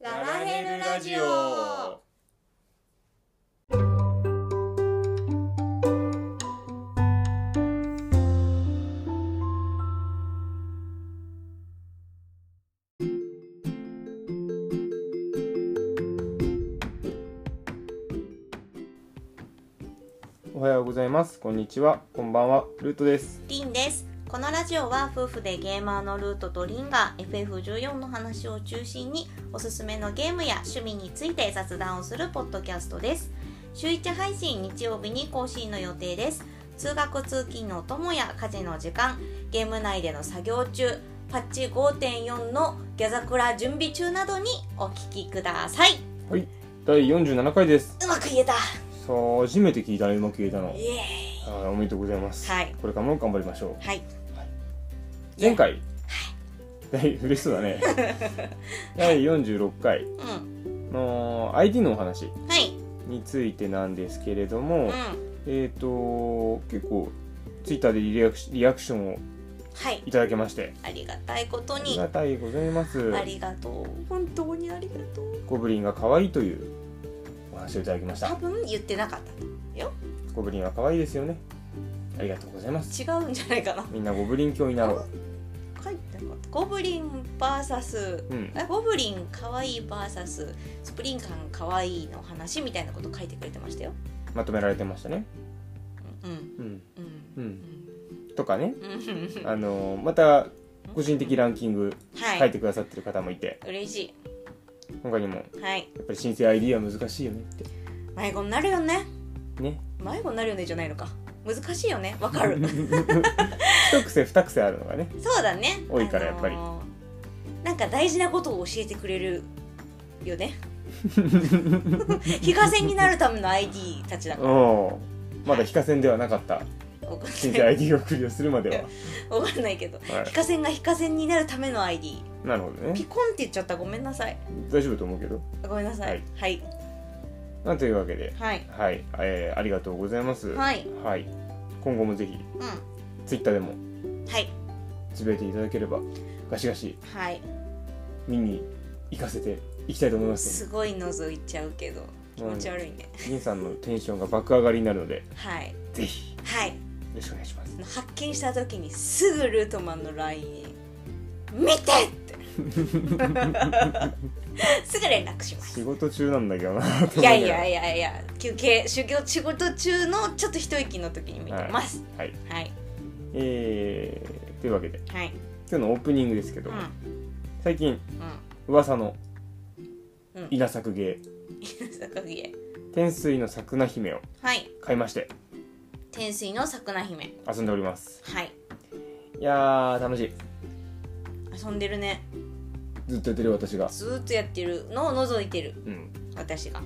ネルラジオおはようございますこんにちはこんばんはルートですリンですこのラジオは夫婦でゲーマーのルートとリンが FF14 の話を中心におすすめのゲームや趣味について雑談をするポッドキャストです週1配信日曜日に更新の予定です通学通勤のお供や家事の時間ゲーム内での作業中パッチ5.4のギャザクラ準備中などにお聞きくださいはい第47回ですうまく言えたさあ初めて聞いたねうまく言えたのイエはいおめでとうございます、はいこれからも頑張りましょーイはいう前回第嬉しそうだ ね第46回うんの ID のお話はいについてなんですけれども、うんえっ、と結構ツイッターでリアクシリアクションをはいいただけましてありがたいことありにがたいございますありがとう本当にありがとうゴブリンが可愛いというお話をいただきました多分言ってなかっゴブリンは可愛いですよねありがとうございますた違うんじゃないかなみんなゴブリン教になろう書いてなかったゴブリン VS うんあゴブリンかわいい VS スプリンカンかわいいの話みたいなこと書いてくれてましたよまとめられてましたねうんううんんううんんとかねうんあのーまた個人的ランキング書はいいてくださってる方もいて嬉し他にもやいはいっぱり申請 ID は難しいよねっ迷子になるよねてね迷子になるよねじゃないのか難しいよねわ かる 一癖二癖あるのがねそうだね多いからやっぱりあのーなんか大事なことを教えてくれるよ ね非課線になるための ID たちだからおまだ非課線ではなかったわかん申な請い ID をクリアするまでは、わかんないけどは非課線が非課線になるための ID い、なるほどねピコンって言っちゃったごめんなさい大丈夫と思うけどごめんなさいはいまあというわけではいはい、えーありがとうございますはい、はい、今後もぜひうんツイッターでもはいつぶやいていただければガシガシはい見に行かせていきたいと思いますすごい覗いちゃうけど気持ち悪いね銀さんのテンションが爆上がりになるのではいぜひよはいろしくお願いします発見した時にすぐルートマンの LINE に「見て!」 ってすぐ連絡します仕事中なんだけどなと思いやながらいやいやいや休憩修行仕事中のちょっと一息の時に見てますはいはいえー、というわけではい、今日のオープニングですけど、うん最近 う噂のうん稲作芸ん坂上天水の桜姫をはい買いまして天水の桜姫遊んでおりますはいいやー楽しい遊んでるねずっとやってるよ私がずーっとやってるのを覗いてるうん私が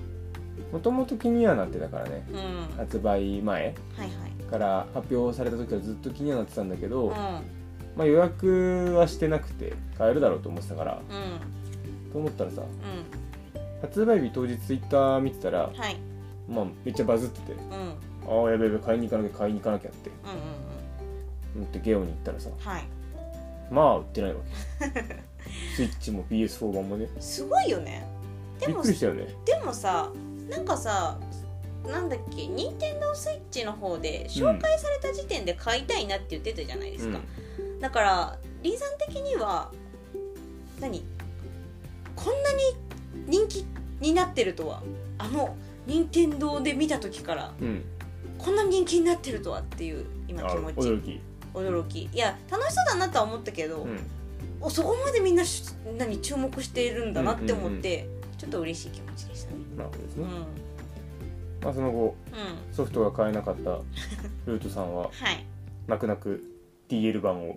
もともと気にはなってたからねうんはい発売前はいから発表された時はずっと気にはなってたんだけど、うんまあ、予約はしてなくて買えるだろうと思ってたからうんと思ったらさう発売日当日ツイッター見てたらん、はいまあ、めっちゃバズっててうんうんうんうんああやべやべ買いに行かなきゃ買いに行かなきゃって思ってゲオに行ったらさはいまあ売ってないわ けスイッチも PS4 版もねすごいよねでびっもくりしたよねでもさなんかさなんだっけ任天堂スイッチの方で紹介された時点で買いたいなって言ってたじゃないですか、だからリンさん的には何こんなに人気になってるとはあの任天堂で見た時からうん、うん、こんなに人気になってるとはっていう今あ気持ち驚き驚きいや楽しそうだなとは思ったけど、うんおそこまでみんなし何注目しているんだなって思って、ちょっと嬉しい気持ちでしたねなわけですうんね、うんまあその後ソフトが買えな かったルートさんははい泣く泣く DL 版を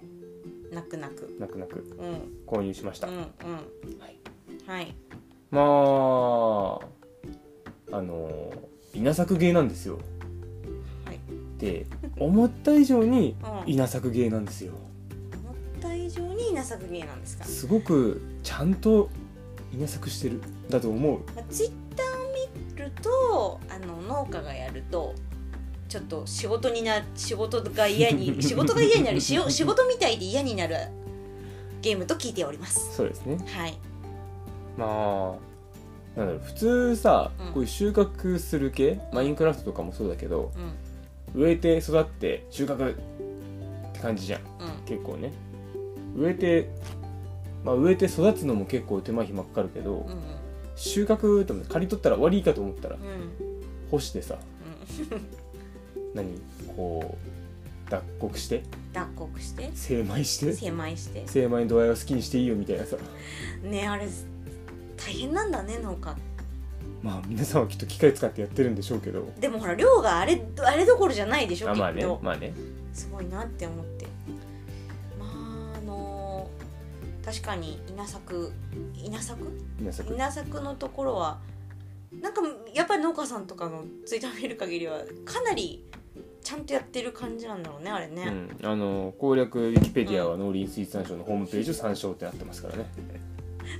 泣く泣く泣く泣くうんうん購入しました、うんはいはいまああの稲作芸なんですよはいで思った以上にうん稲作芸なんですよ思った以上に稲作芸なんですかすごくちゃんと稲作してるだと思うツイッターを見るとあの農家がやるとちょっと仕事にな仕事が嫌 に仕事が嫌になるし仕事みたいで嫌になるゲームと聞いておりますそうですねはいまあなんだろう普通さ、うんこういう収穫する系マインクラフトとかもそうだけどうん植えて育って収穫って感じじゃんうん結構ね植えて、まあ、植えて育つのも結構手間暇かかるけどうんうん収穫と思って刈り取ったら終わりかと思ったらうん干してさうん何こう脱穀して脱穀して精米して狭いして精米の度合いを好きにしていいよみたいなさねあれ大変なんだね農家まあ皆さんはきっと機械使ってやってるんでしょうけどでもほら量があれあれどころじゃないでしょあきっと、まあねまあねすごいなって思ってまああの確かに稲作稲作皆さん稲作のところはなんかやっぱり農家さんとかのツイッター見る限りはかなりちゃんとやってる感じなんだろうねあれうね、ん、あの攻略ウィキペディアは農林水産省のホームページを参照ってなってますからね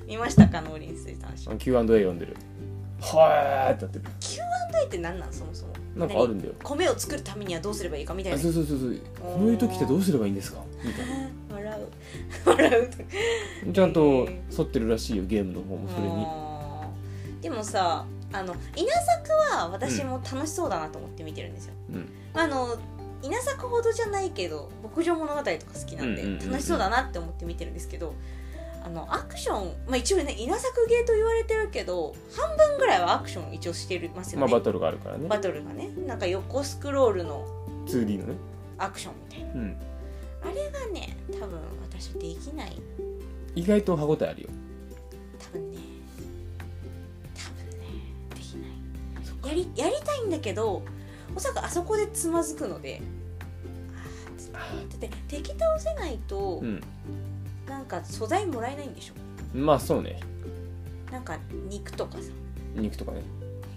見ましたか農林水産あ省の Q&A 読んでるはーってなってる答えって何なんそもそもなんかあるんだよ何米を作るためにはどうすればいいかみたいあなそうそうそうそうこういう時ってどうすればいいんですかみたい 笑う笑うとなちゃんとへ沿ってるらしいよゲームの方もそれにあーでもさあの稲作は私も楽しそうだなと思って見てるんですよ、うんまああの稲作ほどじゃないけど牧場物語とか好きなんでうんうんうんうん楽しそうだなって思って見てるんですけどあのアクション、まあ、一応ね稲作ゲーと言われてるけど半分ぐらいはアクション一応してますよまあね、バトルがあるからねバトルがねなんか横スクロールの 2D のねアクションみたいなうんあれがね多分私できない意外と歯応えあるよ多分ね多分ねできないやりやりたいんだけどおそらくあそこでつまずくのであーつってだって敵倒せないと、うんなんか素材もらえないんでしょまあそうねなんか肉とかさ肉とかね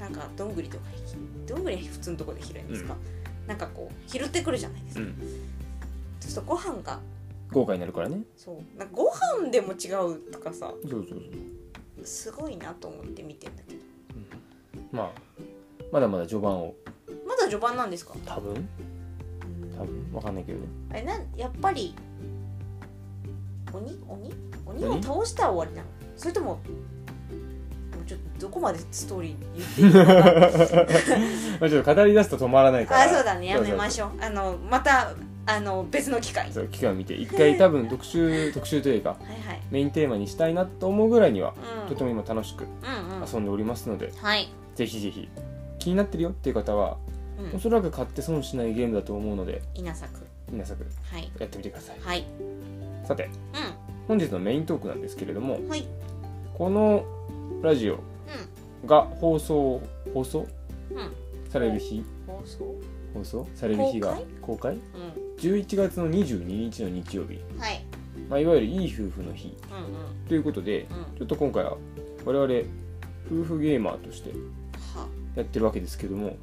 なんかどんぐりとかひどんぐりは普通のとこで拾いますか、なんかこう拾ってくるじゃないですうか、んそうするとご飯が豪華になるからねそうなんかご飯でも違うとかさそうそうそうすごいなと思って見てんだけどまあまだまだ序盤をまだ序盤なんですか多分多分わかんないけどねあれなんやっぱり鬼鬼鬼を倒したら終わりなのそれとももうちょっとどこまでストーリー言っていいのか まあちょっと語り出すと止まらないからあそうだねやめまょしょうあのまたあの別の機会そう期間を見て一回多分特集特集というかはいはい、メインテーマにしたいなと思うぐらいにはうん、とても今楽しくうんうん遊んでおりますので、はい、ぜひぜひ気になってるよっていう方は、うん、おそらく買って損しないゲームだと思うので稲作皆さんはいやってみてくださいはいさて本日のメイントークなんですけれどもうんはいこのラジオが放送放送うんうんされる日放送放送される日が公開11月の22日の日曜日、うんはいまあ、いわゆるいい夫婦の日うんうんということでうんちょっと今回は我々夫婦ゲーマーとしてはやってるわけですけどもう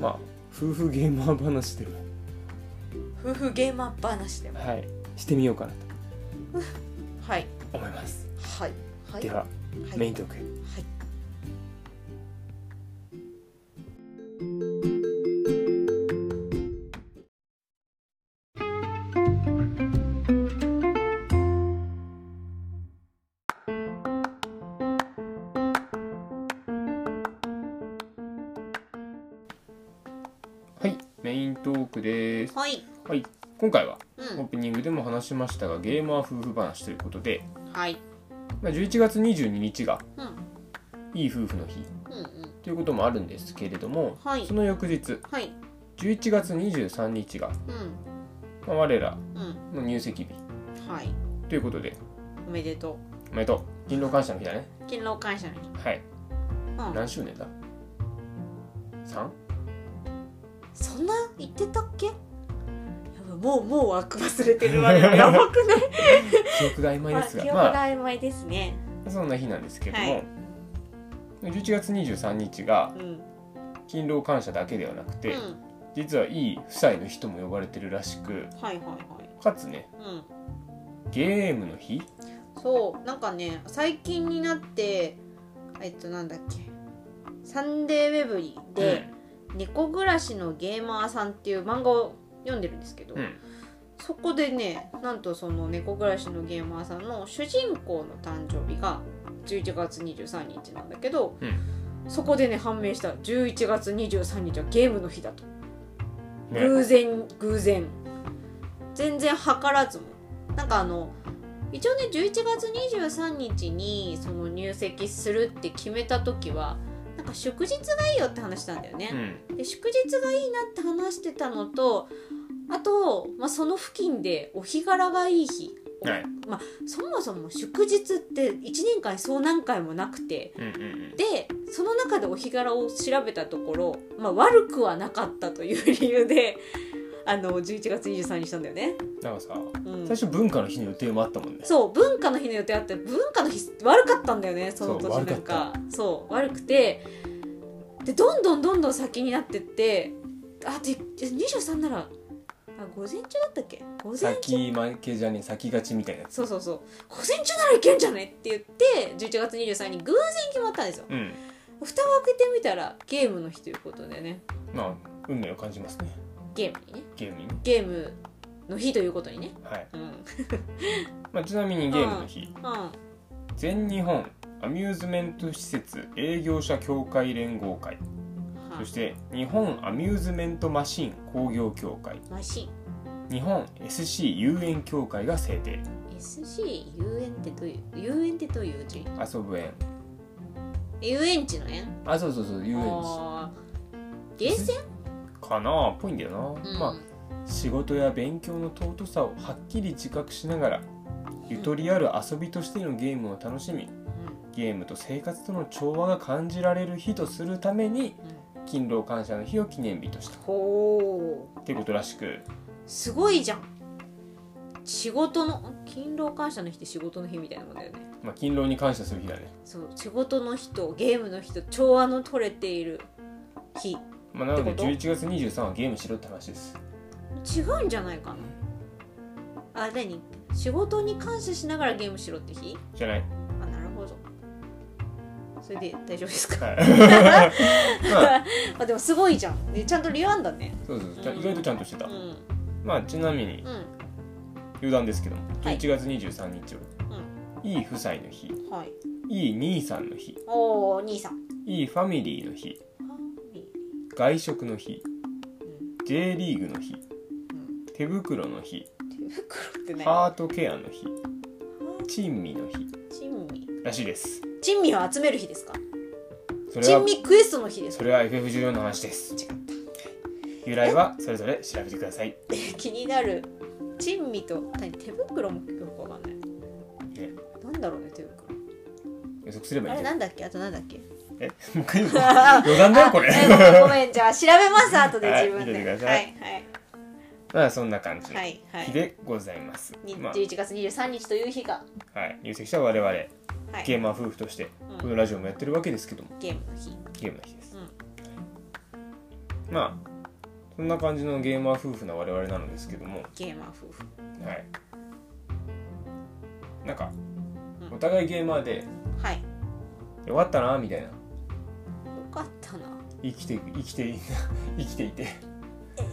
まあ夫婦ゲーマー話でも、ん夫婦ゲーマー話でもはい、してみようかなはいと思います、はいはいでは、はいメイントークへはいはいメイントークですはいはい今回はうオープニングでも話しましたがゲーマー夫婦話ということで、んはいまあ、11月22日がうんいい夫婦の日うんうんということもあるんですけれども、はいその翌日はい11月23日が、うんまあ、我らうんの入籍日はいということでおめでとおめでとう勤労感謝の日だねう勤労感謝の日はいうん何周年だ 3? そんな言ってたっけやばいもうもう枠忘れてるわ やばくない記憶が曖昧ですまあ記が憶まが曖昧ですねあそんな日なんですけれどはも、11月23日がうん勤労感謝だけではなくて、うん実はいい夫妻の日とも呼ばれてるらしくはいはいはいかつねうんゲームの日そうなんかね最近になってえっとなんだっけサンデーウェブリーで、「猫暮らしのゲーマーさん」っていう漫画を読んでるんですけど、うんうんそこでねなんとその猫暮らしのゲーマーさんの主人公の誕生日が11月23日なんだけど、うそこでね判明した11月23日はゲームの日だと、ね偶然偶然全然計らずもなんかあの一応ね11月23日にその入籍するって決めた時はなんか祝日がいいよって話したんだよね、うんで祝日がいいなって話してたのとあと、まあ、その付近でお日柄がいい日、はいまあ、そもそも祝日って1年間そう何回もなくてうんうんうんでその中でお日柄を調べたところ、まあ、悪くはなかったという理由であの11月23日にしたんだよね。なんかさうん最初文化の日の予定もあったもんねそう文化の日の予定あって文化の日悪かったんだよねそのそう年悪かなっんたかそう悪くてでどんどんどんどん先になってってあで23ならあ午前中だったっけ午前先負けじゃねえ先勝ちみたいなやつそうそうそう午前中ならいけんじゃねって言って11月23日に偶然決まったんですようん蓋を開けてみたらゲームの日ということでねまあ運命を感じますねゲームにねゲームにゲームの日ということにねはい、うん、まあ、ちなみにゲームの日うん、全日本アミューズメント施設営業者協会連合会そして日本アミューズメントマシン工業協会マシン日本 SC 遊園協会が制定 SC 遊園ってどういう遊園ってどういう字遊ぶ園遊園地の園あそうそうそう遊園地あーゲーセン、かなっぽいんだよな、うんまあ仕事や勉強の尊さをはっきり自覚しながらゆとりある遊びとしてのゲームを楽しみゲームと生活との調和が感じられる日とするためにうんうん勤労感謝の日を記念日としたほうっていうことらしくすごいじゃん仕事の勤労感謝の日って仕事の日みたいなもんだよねまあ、勤労に感謝する日だね、そう仕事の日とゲームの日と調和の取れている日まあ、なのでってこと11月23日はゲームしろって話です違うんじゃないかなあ何仕事に感謝しながらゲームしろって日じゃない、あなるほどそれで大丈夫ですか はい、まああでもすごいじゃん、ね、ちゃんと理由あんだねそうそうそう意外とちゃんとしてた、うんまあちなみにう余談ですけどもはい11月23日は、い、い夫妻の日んはいいい兄さんの日おお兄さんいいファミリーの日外食の日 J リーグの日ん手袋の日手袋って何ハートケアの日珍味の日珍味らしいです珍味を集める日ですかそれ珍は味クエストの日ですそかれは FF14 の話です違った由来はそれぞれ調べてください、気になる珍味と何手袋もよくわかんないね、なんだろうね手袋予測すればいあれいんじゃなんないだっけあとなんだっけえもう一回言うの余談だよこ れあえごめんごめんじゃあ調べ ます後ではい自分で見ててくださはいいはいまあそんな感じのはいは日いでございます、にま11月23日という日があはい、入籍した我々はいゲーマー夫婦としてうんこのラジオもやってるわけですけどもゲームの日ゲームの日です、うんまあそんな感じのゲーマー夫婦な我々なのですけどもゲーマー夫婦はいなんかうんお互いゲーマーではいよかったなみたいなよかったな生きて生きて生きてい て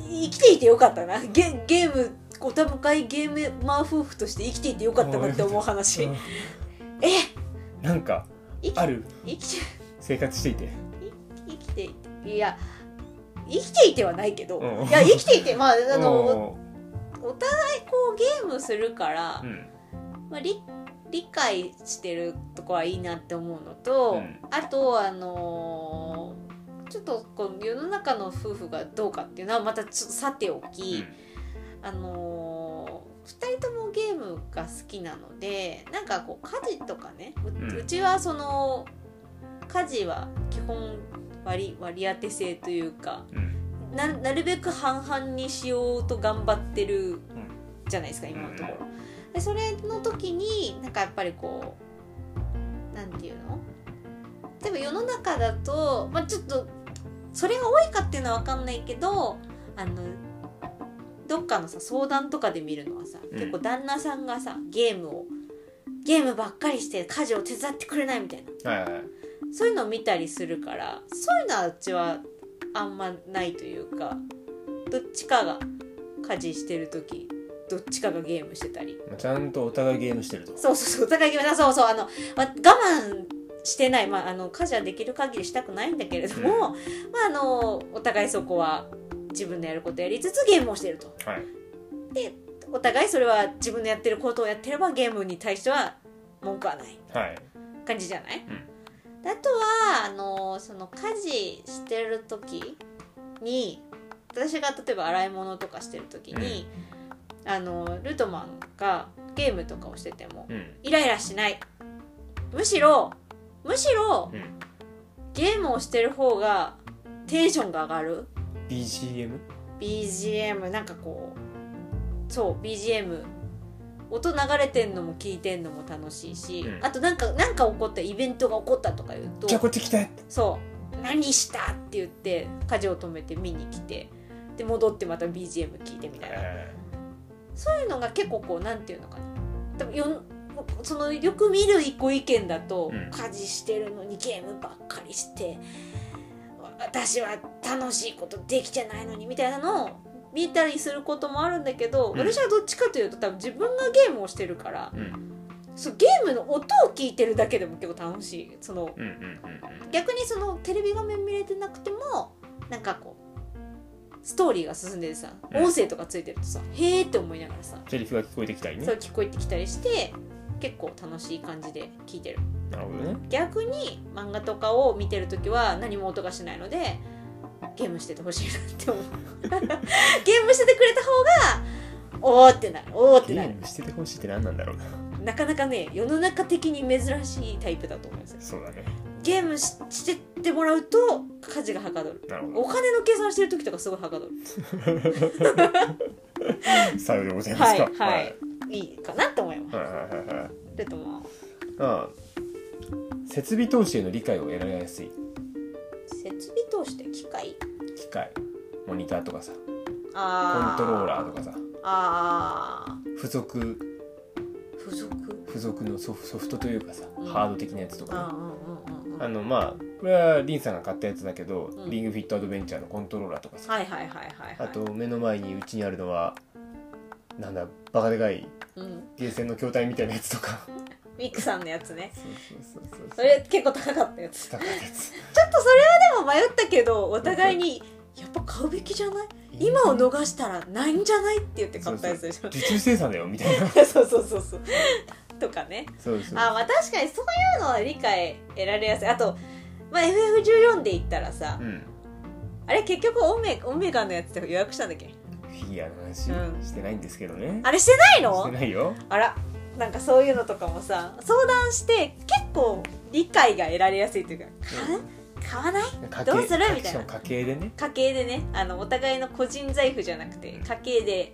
生きていてよかったなゲゲームお互いゲームマー夫婦として生きていてよかったなって思う話えなんか生きある生きて生活していて生きていていや生きていてはないけど、うんいや生きていてまああのおーお互いこうゲームするからう、んまあ、理理解してるとこはいいなって思うのと、うんあとあのーちょっとこう世の中の夫婦がどうかっていうのはまたちょっとさておき、あのー、2人ともゲームが好きなのでなんかこう家事とかねう,、うんちはその家事は基本割り割り当て制というかうんうんななるべく半々にしようと頑張ってるじゃないですか今のところ。でそれの時になんかやっぱりこうなんていうの例えば世の中だと、まあ、ちょっとそれが多いかっていうのは分かんないけどあのどっかのさ相談とかで見るのはさ、うん結構旦那さんがさゲームをゲームばっかりして家事を手伝ってくれないみたいなはいはいはいそういうのを見たりするからそういうのはうちはあんまないというかどっちかが家事してる時どっちかがゲームしてたりまあちゃんとお互いゲームしてるとそうそうそうお互い決めたそうそうあの、ま我慢してない、まあ、あの家事はできる限りしたくないんだけれども、まあ、あのお互いそこは自分のやることやりつつゲームをしてるとはいお互いそれは自分のやってることをやってればゲームに対しては文句はないはい感じじゃない、うであとはあのその家事してる時に私が例えば洗い物とかしてる時に、あのルトマンがゲームとかをしててもうんイライラしないむしろむしろ、うんゲームをしてる方がテンションが上がる BGM BGM なんかこうそう BGM 音流れてんのも聞いてんのも楽しいし、うんあとなんかなんか起こったイベントが起こったとか言うとじゃあこっち来てそう何したって言って家事を止めて見に来てで戻ってまた BGM 聞いてみたいなえそういうのが結構こうなんていうのかな多分よんそのよく見る一個意見だと、うん家事してるのにゲームばっかりして私は楽しいことできてないのにみたいなのを見たりすることもあるんだけど、うん私はどっちかというと多分自分がゲームをしてるからーうんそうゲームの音を聞いてるだけでも結構楽しいそのうんうんうん逆にそのテレビ画面見れてなくてもなんかこうストーリーが進んでてさうん音声とかついてるとさ、へーって思いながらさセリフが聞こえてきたりねそう聞こえてきたりして結構楽しい感じで聞いてるなるほどね逆に漫画とかを見てる時は何も音がしないのでゲームしててほしいなって思うゲームしててくれた方がおーってなるおーってゲなーるムしててほしいって何なんだろうななかなかね世の中的に珍しいタイプだと思うんですよそうだねゲームししてってもらうと家事がはかどるなるほお金の計算してる時とかすごいはかどるどさようでございまはすいかはいいいかなって思いますはいはいはいはいはいでとまあああ設備投資への理解を得られやすい設備投資って機械機械モニターとかさコあントローラーとかさああ付属付属付属のソフソフトというかさ、うんハード的なやつとうんうんかねうんうんあのまあこれはリンさんが買ったやつだけど、うんリングフィットアドベンチャーのコントローラーとかさ、はいはいはいはいはいあと目の前にうちにあるのはなんだバカでかいうん、ゲーセンの筐体みたいなやつとかミクさんのやつねそうそうそうそうそれ結構高かったやつちょっ高いやつとそれはでも迷ったけどお互いにやっぱ買うべきじゃない今を逃したらないんじゃないって言って買ったやつでしょ受注生産だよみ たいなそうそうそうそうとかねそうそうあまあ確かにそういうのは理解得られやすいあと、まあ、FF14 で言ったらさ、うんあれ結局オメオメガのやつって予約したんだっけフィギュアの話うんしてないんですけどね、あれしてないのしてないよあらなんかそういうのとかもさ相談して結構理解が得られやすいというか買わ買わない家計どうするみたいなしかも家計でね家計でねあのお互いの個人財布じゃなくて家計で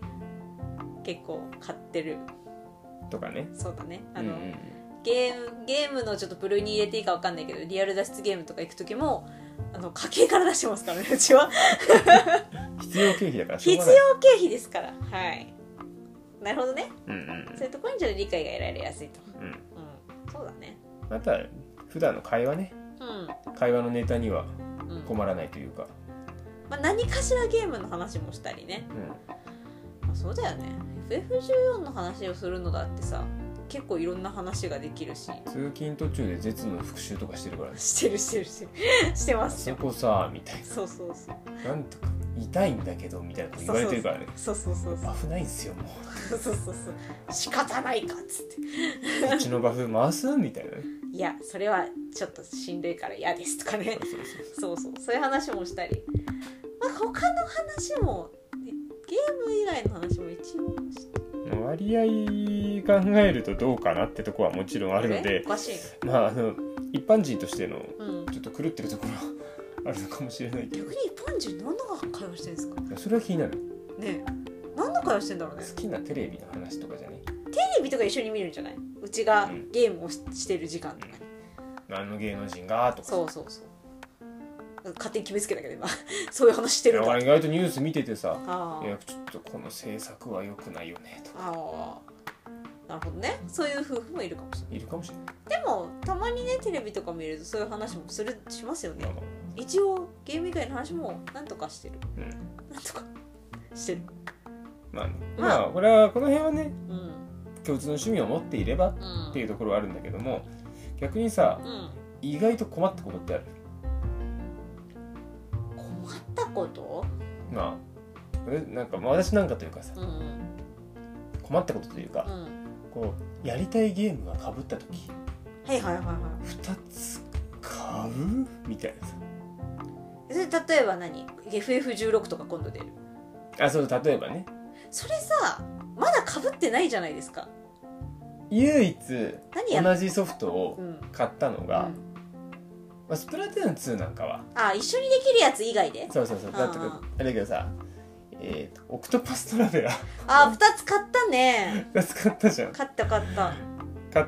結構買ってるとかねそうだねあの、うんうんゲームゲームのちょっと部類に入れていいかわかんないけどリアル脱出ゲームとか行く時もあの家計から出してますからねうちは必要経費だからしょ必う要が経ない費ですからはいなるほどねうんうんそういうところにちょっと理解が得られやすいと、うんうん、そうだねまた普段の会話ねうん会話のネタにはうん困らないというか、まあ、何かしらゲームの話もしたりね、うまあ、そうだよね FF14 の話をするのだってさ結構いろんな話ができるしん、通勤途中で絶の復習とかしてるからねしてるしてるしてる してあますそよこさみたいそうそうそうななんとか痛いんだけどみたいなこと言われてるからねそうそうそうそうバフないんすよもそうそうそう仕方ないかっつってうこっちのバフ回すみたいなねいやそれはちょっとしんどいから嫌ですとかねそうそうそうそうそういう話もしたり、まあ、他の話もゲーム以外の話も一応してそう割合考えるとどうかなってとこはもちろんあるのえでおかしいまああの一般人としてののうんちょっと狂ってるところはあるのかもしれないけ逆に一般人何の会話してるんですかどそれは気になるねえ何の会話してんだろう好ねきなテレビの話とかじゃねテレビとか一緒に見るんじゃないうちがゲームをししてる時間とか、あの芸能人がとかそうそうそう勝手に決めつけたけど今 そういう話してるんいやだ意外とニュース見ててさあいーやちょっとこの政策は良くないよねとかあーなるほどねそういう夫婦もいるかもしれいるかもしれないないでもたまにねテレビとか見るとそういう話もするしますよねまあまあ一応ゲーム以外の話もなんとかしてるうんなんとかしてるまあねうんまあこれはこの辺はねうん共通の趣味を持っていればうんっていうところはあるんだけども逆にさうん意外と困ったことってある困ったことまあ俺なんかまあ私なんかというかさうん困ったことといううかんこうやりたいゲームがかぶった時はいはいはいは2つ買うみたいなさいそれ例えば何 FF16 とか今度出るあそう例えばねそれさまだかぶってないじゃないですか唯一何やっ同じソフトをうん買ったのうが、んまあ、スプラトゥーン2なんかはあ一緒にできるやつ以外でそうそうそうだってうんうんあれだけどさえーとオクトパストラベラー あ二つ買ったねが使ったじゃん買った買った買っ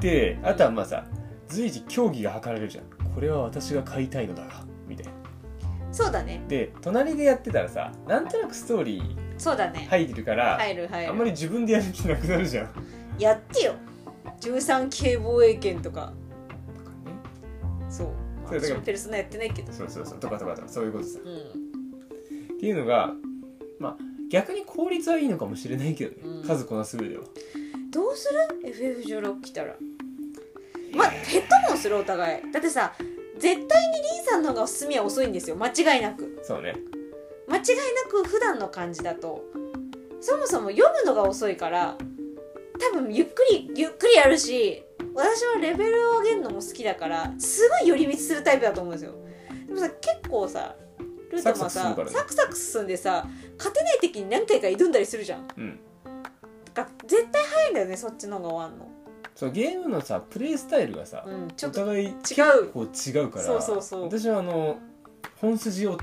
てあとはまあさ随時競技が図られるじゃんこれは私が買いたいのだがみたいなそうだねで隣でやってたらさなんとなくストーリーそうだね入ってるから、入る入あるんまり自分でやる気なくなるじゃんやってよ13系防衛圏とかそうそうだから私もペルソナやってないけどそうそうそうとかとかとかそういうことさうんっていうのがまあ逆に効率はいいのかもしれないけどね、うん数こなす上ではどうする ?FF16 来たらまあヘッドホンするお互いだってさ絶対にリンさんの方が進みは遅いんですよ間違いなくそうね間違いなく普段の感じだとそもそも読むのが遅いから多分ゆっくりゆっくりやるし私はレベルを上げるのも好きだからすごい寄り道するタイプだと思うんですよでもさ結構さルートもサクサク進むさからねサクサク進んでさ勝てない敵に何回か挑んだりするじゃんだうんから絶対早いんだよねそっちの方が終わんのそうゲームのさプレイスタイルがさ、うんちょおっと違互いうこう違うからそうそうそう私はあの本筋を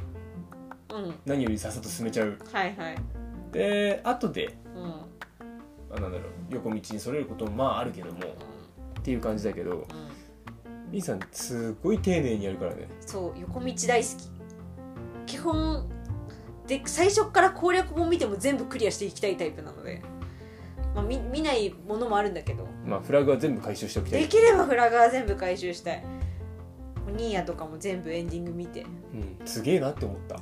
うんは何よりさっさと進めちゃういはいで後でうんうんあなんだろう横道にそれることもまああるけどもっていう感じだけどうんリンさんすっごい丁寧にやるからねそう横道大好き基本で最初から攻略本見ても全部クリアしていきたいタイプなので、まあ、見見ないものもあるんだけどまあフラグは全部回収しておきたでい、きればフラガー全部回収したいもうニーヤとかも全部エンディング見てうん、すげえなって思った、あ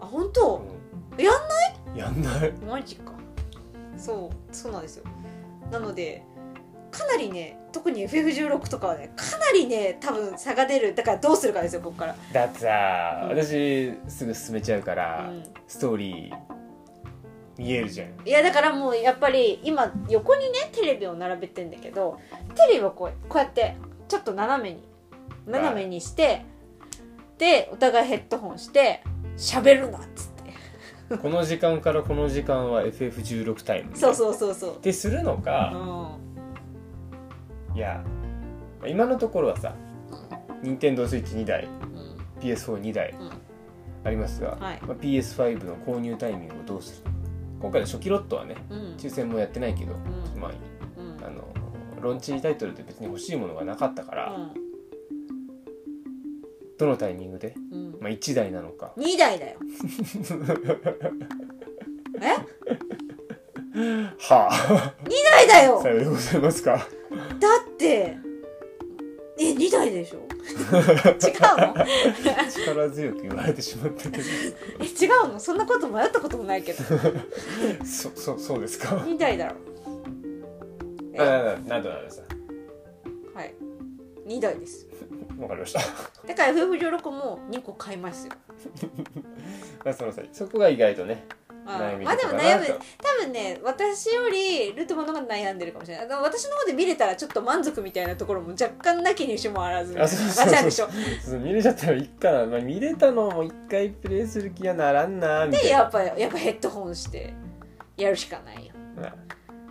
本当うん、やんないやんないマジかそうそうなんですよなのでかなりね特に FF16 とかはねかなりね多分差が出るだからどうするかですよここからだってさうん私すぐ進めちゃうから、うんストーリー見えるじゃん いやだからもうやっぱり今横にねテレビを並べてんだけどテレビをこうこうやってちょっと斜めに斜めにして、でお互いヘッドホンして喋るなっつってこの時間からこの時間は FF16 タイムそうそうそうそうっ、てするのうか、ん、いや今のところはさ任天堂スイッチ2台うん PS42 台うんありますが、はいまあ、PS5 の購入タイミングをどうする今回の初期ロットはねうん抽選もやってないけど、んまあうんあのローンチタイトルで別に欲しいものがなかったから、どのタイミングで、うんうんまあ、1台なのか2台だよえ2はあ台だよさようでございますかだってえ2台でしょ違うの力強く言われてしまったけえ違うのそんなこと迷ったこともないけどどそそそうですか2台だろえあななんとなくさはい2台ですわかりました だから FF16 も2個買いますよまあその際そこが意外とねあ悩ーみまあとでかもな悩とむ多分ね私よりルートマンの方が悩んでるかもしれないあの私の方で見れたらちょっと満足みたいなところも若干なきにしもあらずみたいあなそうそうそうあちゃんでしょそう見れちゃったらいっかな、まあ、見れたのも一回プレイする気がならんなみたでいやなっぱやっぱヘッドホンしてやるしかないよま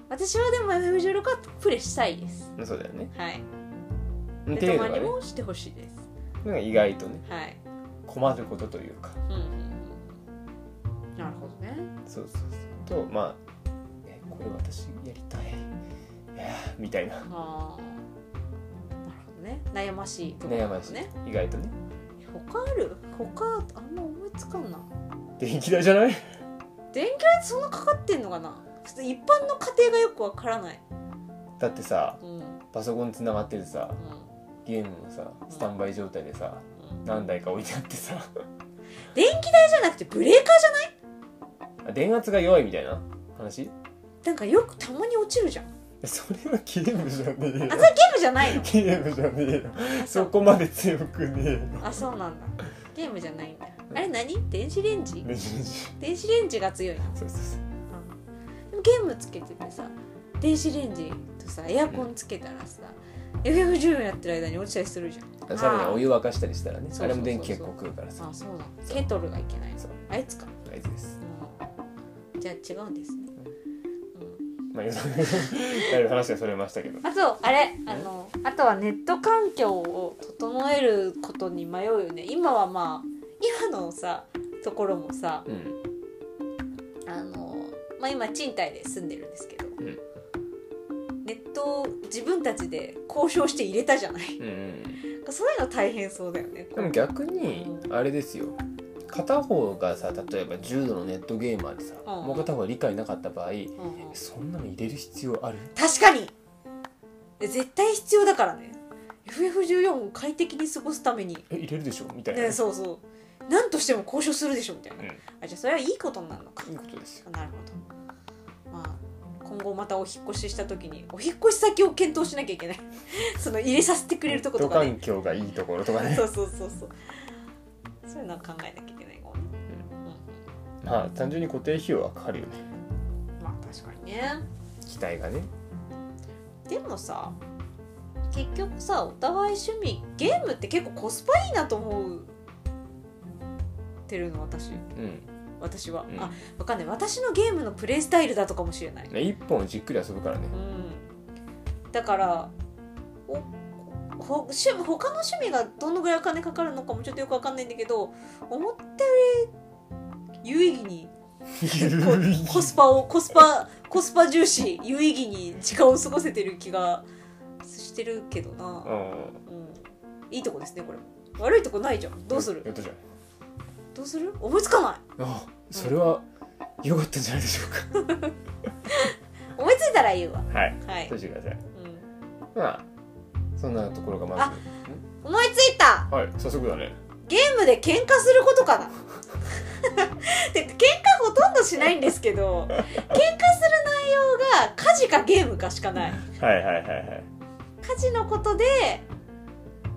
私はでも FF16 はプレイしたいですあそうだよねはいっルてーいうトマのンがにねもしてほしいですなんか意外とねはい困ることというかうんうんうんなるほどねそうそうそうとまあえこれ私やりたいいやーみたいなああなるほどね悩ましいところ悩まだしい、ね意外とね他ある他あんま思いつかんな電気代じゃない電気代ってそんなかかってんのかな普通一般の家庭がよくわからないだってさうんうんパソコン繋がっててさうんゲームのさスタンバイ状態でさ何台か置いてあってさ電気代じゃなくてブレーカーじゃないああ電圧が弱いみたいな話なんかよくたまに落ちるじゃんえそれはゲームじゃねえよあそれゲームじゃないのゲームじゃねえよあそうこまで強くねえよあそうなんだゲームじゃないんだあれ何電子レンジねじねじ電子レンジが強いのそうそうそうでもゲームつけててさ電子レンジとさエアコンつけたらさ FF14 やってる間に落ちたりするじゃんさらにお湯沸かしたりしたらねそうそうそうそうあれも電気結構食うからあさあそうだケトルがいけないのそうあいつか、大事ですうんじゃあ違うんですね、うんまあよ だいぶ話がそれましたけどあとあれあのあとはネット環境を整えることに迷うよね今はまあ今のさところもさうんあの、まあ、今賃貸で住んでるんですけど、ネットを自分たちで交渉して入れたじゃないうんうんそういうの大変そうだよね。でも逆にあれですよ片方がさ例えば重度のネットゲーマーでさうんもう片方が理解なかった場合うんうんそんなの入れる必要ある確かに絶対必要だからね。FF14 を快適に過ごすために、え入れるでしょみたいなね、そうそう何としても交渉するでしょみたいな、うんあじゃあそれはいいことになるのかいいことですよなるほどまあ今後またお引っ越しした時にお引っ越し先を検討しなきゃいけない その入れさせてくれるとことかネッねト環境がいいところとか ねそうそうそうそうそういうのは考えなきゃいけないかもねまあ単純に固定費用はかかるよねうんまあ確かにね期待がねでもさ結局さお互い趣味ゲームって結構コスパいいなと思うてるの私うん私は、うんあわかんない私のゲームのプレイスタイルだとかもしれない、ね一本じっくり遊ぶからねうん、だからおほ趣味他の趣味がどのぐらいお金かかるのかもちょっとよくわかんないんだけど思ったより有意義にこコスパをコスパコスパ重視有意義に時間を過ごせてる気がしてるけどな、うんうん、いいとこですねこれも悪いとこないじゃんどうするやったじゃんどうする思いつかないあそれは良かったんじゃないでしょう思いついたら言うわかはいはい、う閉じてくださいん、まあそんなところがま思いついたずはい早速だねゲームで喧嘩することかな で喧嘩ほとんどしないんですけど喧嘩する内容が家事かゲームかしかないはいはいはいはい家事のことで、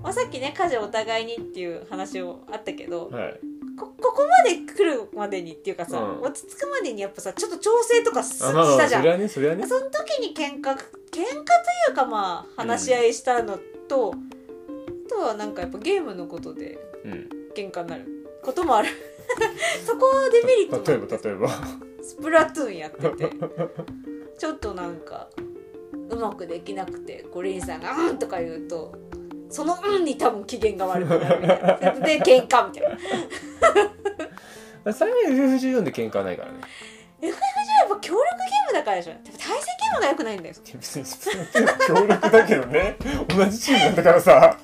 まあ、さっきね家事お互いにっていう話をあったけど、はいこここまで来るまでにっていうかさ、うん落ち着くまでにやっぱさちょっと調整とかすあまあましあたじゃそんれはねそれはねその時に喧嘩喧嘩というかまあ話し合いしたのと、あとはなんかやっぱゲームのことでうん喧嘩になることもある そこはデメリットもあ例えるば例えば スプラトゥーンやっててちょっとなんかうまくできなくてこうレイさんが「うん」とか言うとその「うん」に多分機嫌が悪くなるみたいな で喧嘩みたいなやっまあ最後に FF14 で喧嘩はないからねぱ協力ゲームだからでしょでも対戦ゲームが良くないんだよ別にスプラトゥーン協力だけどね同じチームなんだか らさ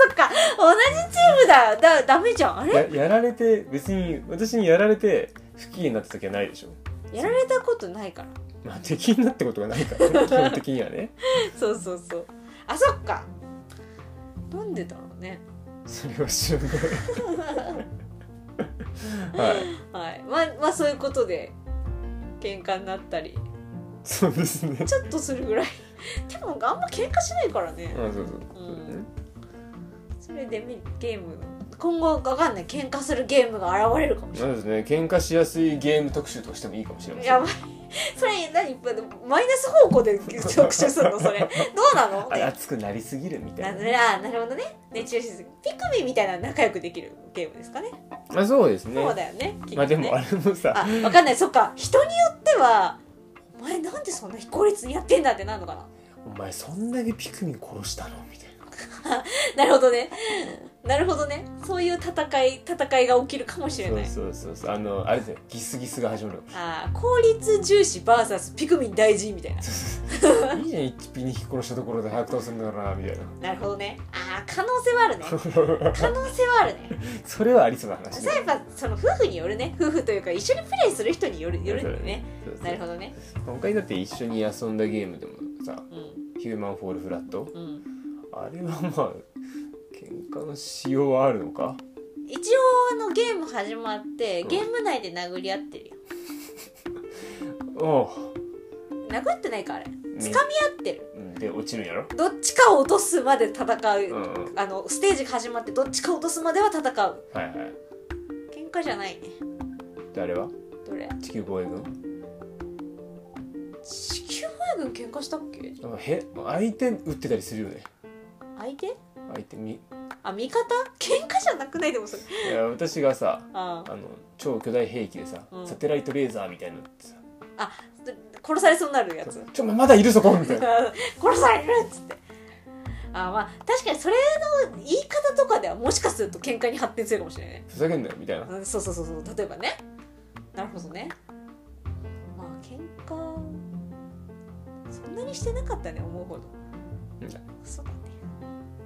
そっか同じチームだだダメじゃんあれややられて別に私にやられて不機嫌になった時はないでしょやられたことないからまあ敵になってことがないからね基本的にはねそうそうそうあそっかなんでだろうねそれは知 らないはいはいまあまあそういうことで喧嘩になったりそうですねちょっとするぐらい でもあんま喧嘩しないからねうんそうそううそうだねんそれでみゲームの今後わかんない喧嘩するゲームが現れるかもしそうですね喧嘩しやすいゲーム特集とかしてもいいかもしれれまないせやんばい それ何マイナス方向で 特集するのそれどうなのあ熱くなりすぎるみたないなあなるほどね熱中しすぎピクミンみたいな仲良くできるゲームですかねまあそうですねそうだよねきっとねまあでもあれもさあわかんないそっか人によってはお前なんでそんな非効率にやってんだってなるのかお前そんだけピクミン殺したのみたいな ななるほどねなるほどねそういう戦い戦いが起きるかもしれないそうそうそうそうあのあれですねギスギスが 始まるかもしれないあー効率重視 VS ピクミン大事みたいなそういいじゃん一匹二匹殺したところで早く倒すんだからなみたいななるほどねああ可能性はあるね可能性はあるね それはありそうな話それはやっぱその夫婦によるね夫婦というか一緒にプレイする人によるよるんだよねそうそうなるほどね他にだって一緒に遊んだゲームでもさうん「ヒューマンフォールフラットうん」あれはまあ喧嘩のしようはあるのか一応あのゲーム始まってゲーム内で殴り合ってるよおうなくなってないかあれ合ね掴ってるうんで落ちるんやろどっちかを落とすまで戦う、うんうんあのステージが始まってどっちかを落とすまでは戦うはいはい喧嘩じゃないね誰はどれ地球防衛軍地球防衛軍喧嘩したっけなんかへ相手打ってたりするよね相手相手にあ味方喧嘩じゃなくないでもそれいや私がさ ああの超巨大兵器でさ、うんサテライトレーザーみたいなのってさー殺されそうになるやつちょまだいるぞここみたいな殺されるっつってあーまあ確かにそれの言い方とかではもしかすると喧嘩に発展するかもしれないね、ふざけんなよみたいなうん、そうそうそうそう例えばねなるほどねまあ喧嘩そんなにしてなかったね思うほどうんそうだね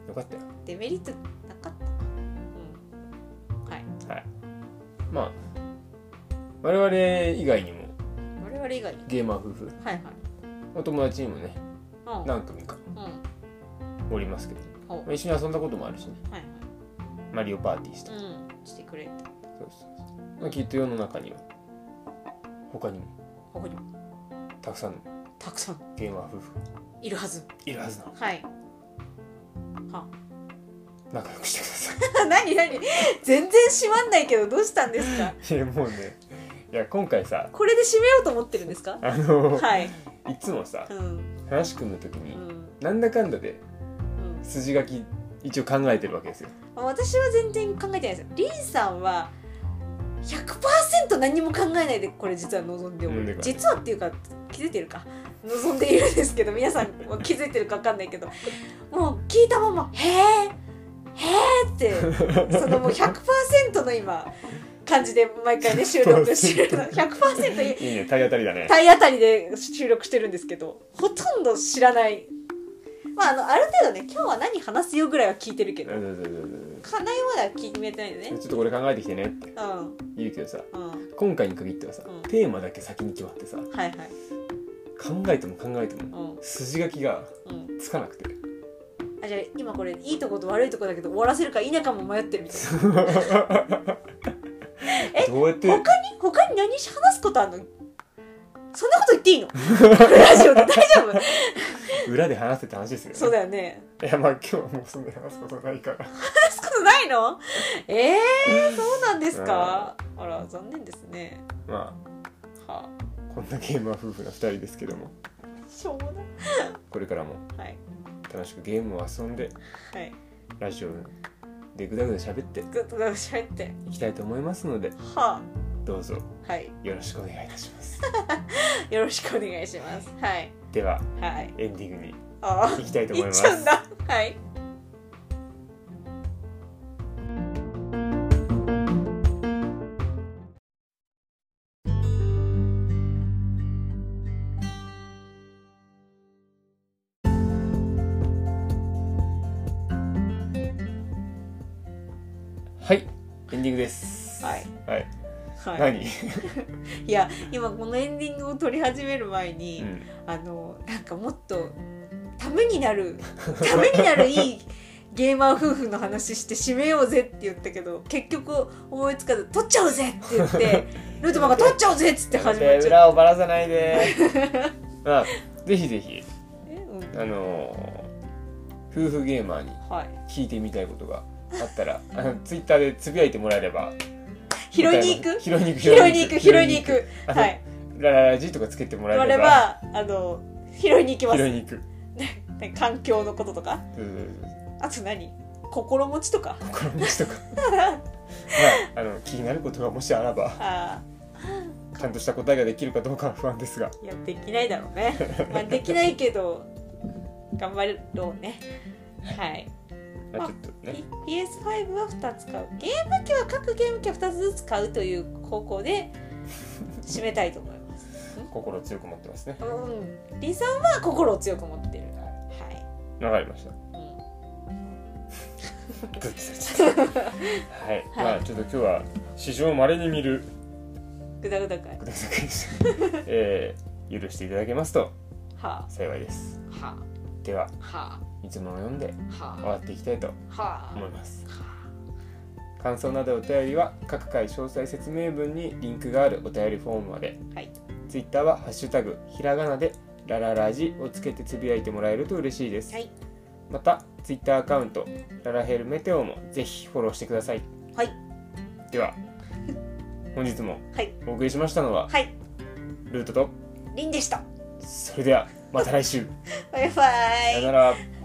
よかったよデメリットなかったなうんはいはいまあ我々以外にも我々以外にゲーマー夫婦はいはいお友達にもねうん何組かうんおりますけど、ほうまあ、一緒に遊んだこともあるしねはいマリオパーティーした、はいうんしてくれたそうそうそうまあ、きっと世の中には他にもここにもたくさんのたくさんゲーマー夫婦がいるはずいるはずなのはいは仲良くしてくださ 何何全然閉まんないけどどうしたんですかいいやもうねいや今回さこれで締めようと思ってるんですかあの、はいい、つもさうん話組む時うにんなんだかんだでうん筋書き一応考えてるわけですよ私は全然考えてないですよリンさんは100%何も考えないでこれ実は望んでおうんだるから実はっていうか気づいてるか望んでいるんですけど皆さんは気づいてるか分かんないけどもう聞いたまま「へえへえ」ってそのもう100%の今感じで毎回 ね収録してるの100%いいいね体当たりだね体当たりで収録してるんですけどほとんど知らないまああのある程度ね今日は何話すよぐらいは聞いてるけどうんうんうん課題までは決めてないようんねちょっとこれ考えてきてねってうんうん言うけどさはい今回に限ってはさ、うんテーマだけ先に決まってさはい考えても考えてうもん筋書きがうんつかなくてあじゃあ今これいいとこと悪いとこだけど終わらせるか否かも迷ってるみたい なえどうやって他に他に何し話すことあるのそんなこと言って いいのこれラジオで大丈夫裏で話せって話ですよそうねだよねいやまあ今日はもうそんな話すことないから話すことないのえー、そうなんですかあら残念ですねまはああこんなゲームは夫婦の2人ですけどもしょうもなこれからもいはい楽しくゲームを遊んではいラジオでグダグダ喋ってぐっとぐっしゃっていきたいと思いますのではどうぞあはいよろしくお願いいたし ますよろしくお願いしますはいでははいエンディングにああ行きたいと思い言まっすちゃうんだはいはいエンディングですはいはい、はいい何、や今このエンディングを撮り始める前に、うんあのなんかもっとためにな るためになるいいゲーマー夫婦の話して締めようぜって言ったけど結局思いつかず「撮っちゃうぜ!」って言って ルートマンが「撮っちゃうぜ!」っつって始まっちゃう。裏をばらさな いでまあぜひぜひえうんあのー夫婦ゲーマーにはい、聞いてみたいことがあっ たらあのツイッターでつぶやいてもらえれば拾いに行答えまくす拾いに行く拾いに行く拾いに行くあのはいラララジとかつけてもらあえれればばあの拾いに行きま拾すいに行くね環境のこととかそうそうそうそうあと何心持ちとか心持ち とかまああの気になることがもしあらばああちゃんとした答えができるかどうかは不安ですがいやできないだろうね、まあ、できないけど頑張ろうねはいまあちょっとね P- PS5 は2つ買うゲーム機は各ゲーム機は2つずつ買うという方向 で締めたいと思います心強く持ってますねうんリさんは心を強く持ってるはわかりましたい、うドキドキした はい、まあちょっと今日は史上まれに見るん、グダグダかいグダグダでした、 えー許していただけますとは幸いですあはではあはいつもの読んであ終はわっていきたいとあはあ思いますは感想などお便りは各回詳細説明文にリンクがあるお便りフォームまで、はいツイッターはハッシュタグひらがなでラララジをつけてつぶやいてもらえると嬉しいです、はいまたツイッターアカウントララヘルメテオもぜひフォローしてくださいはいでは本日もはいお送りしましたのははいルートとリンでしたそれではまた来週バイバイさよなら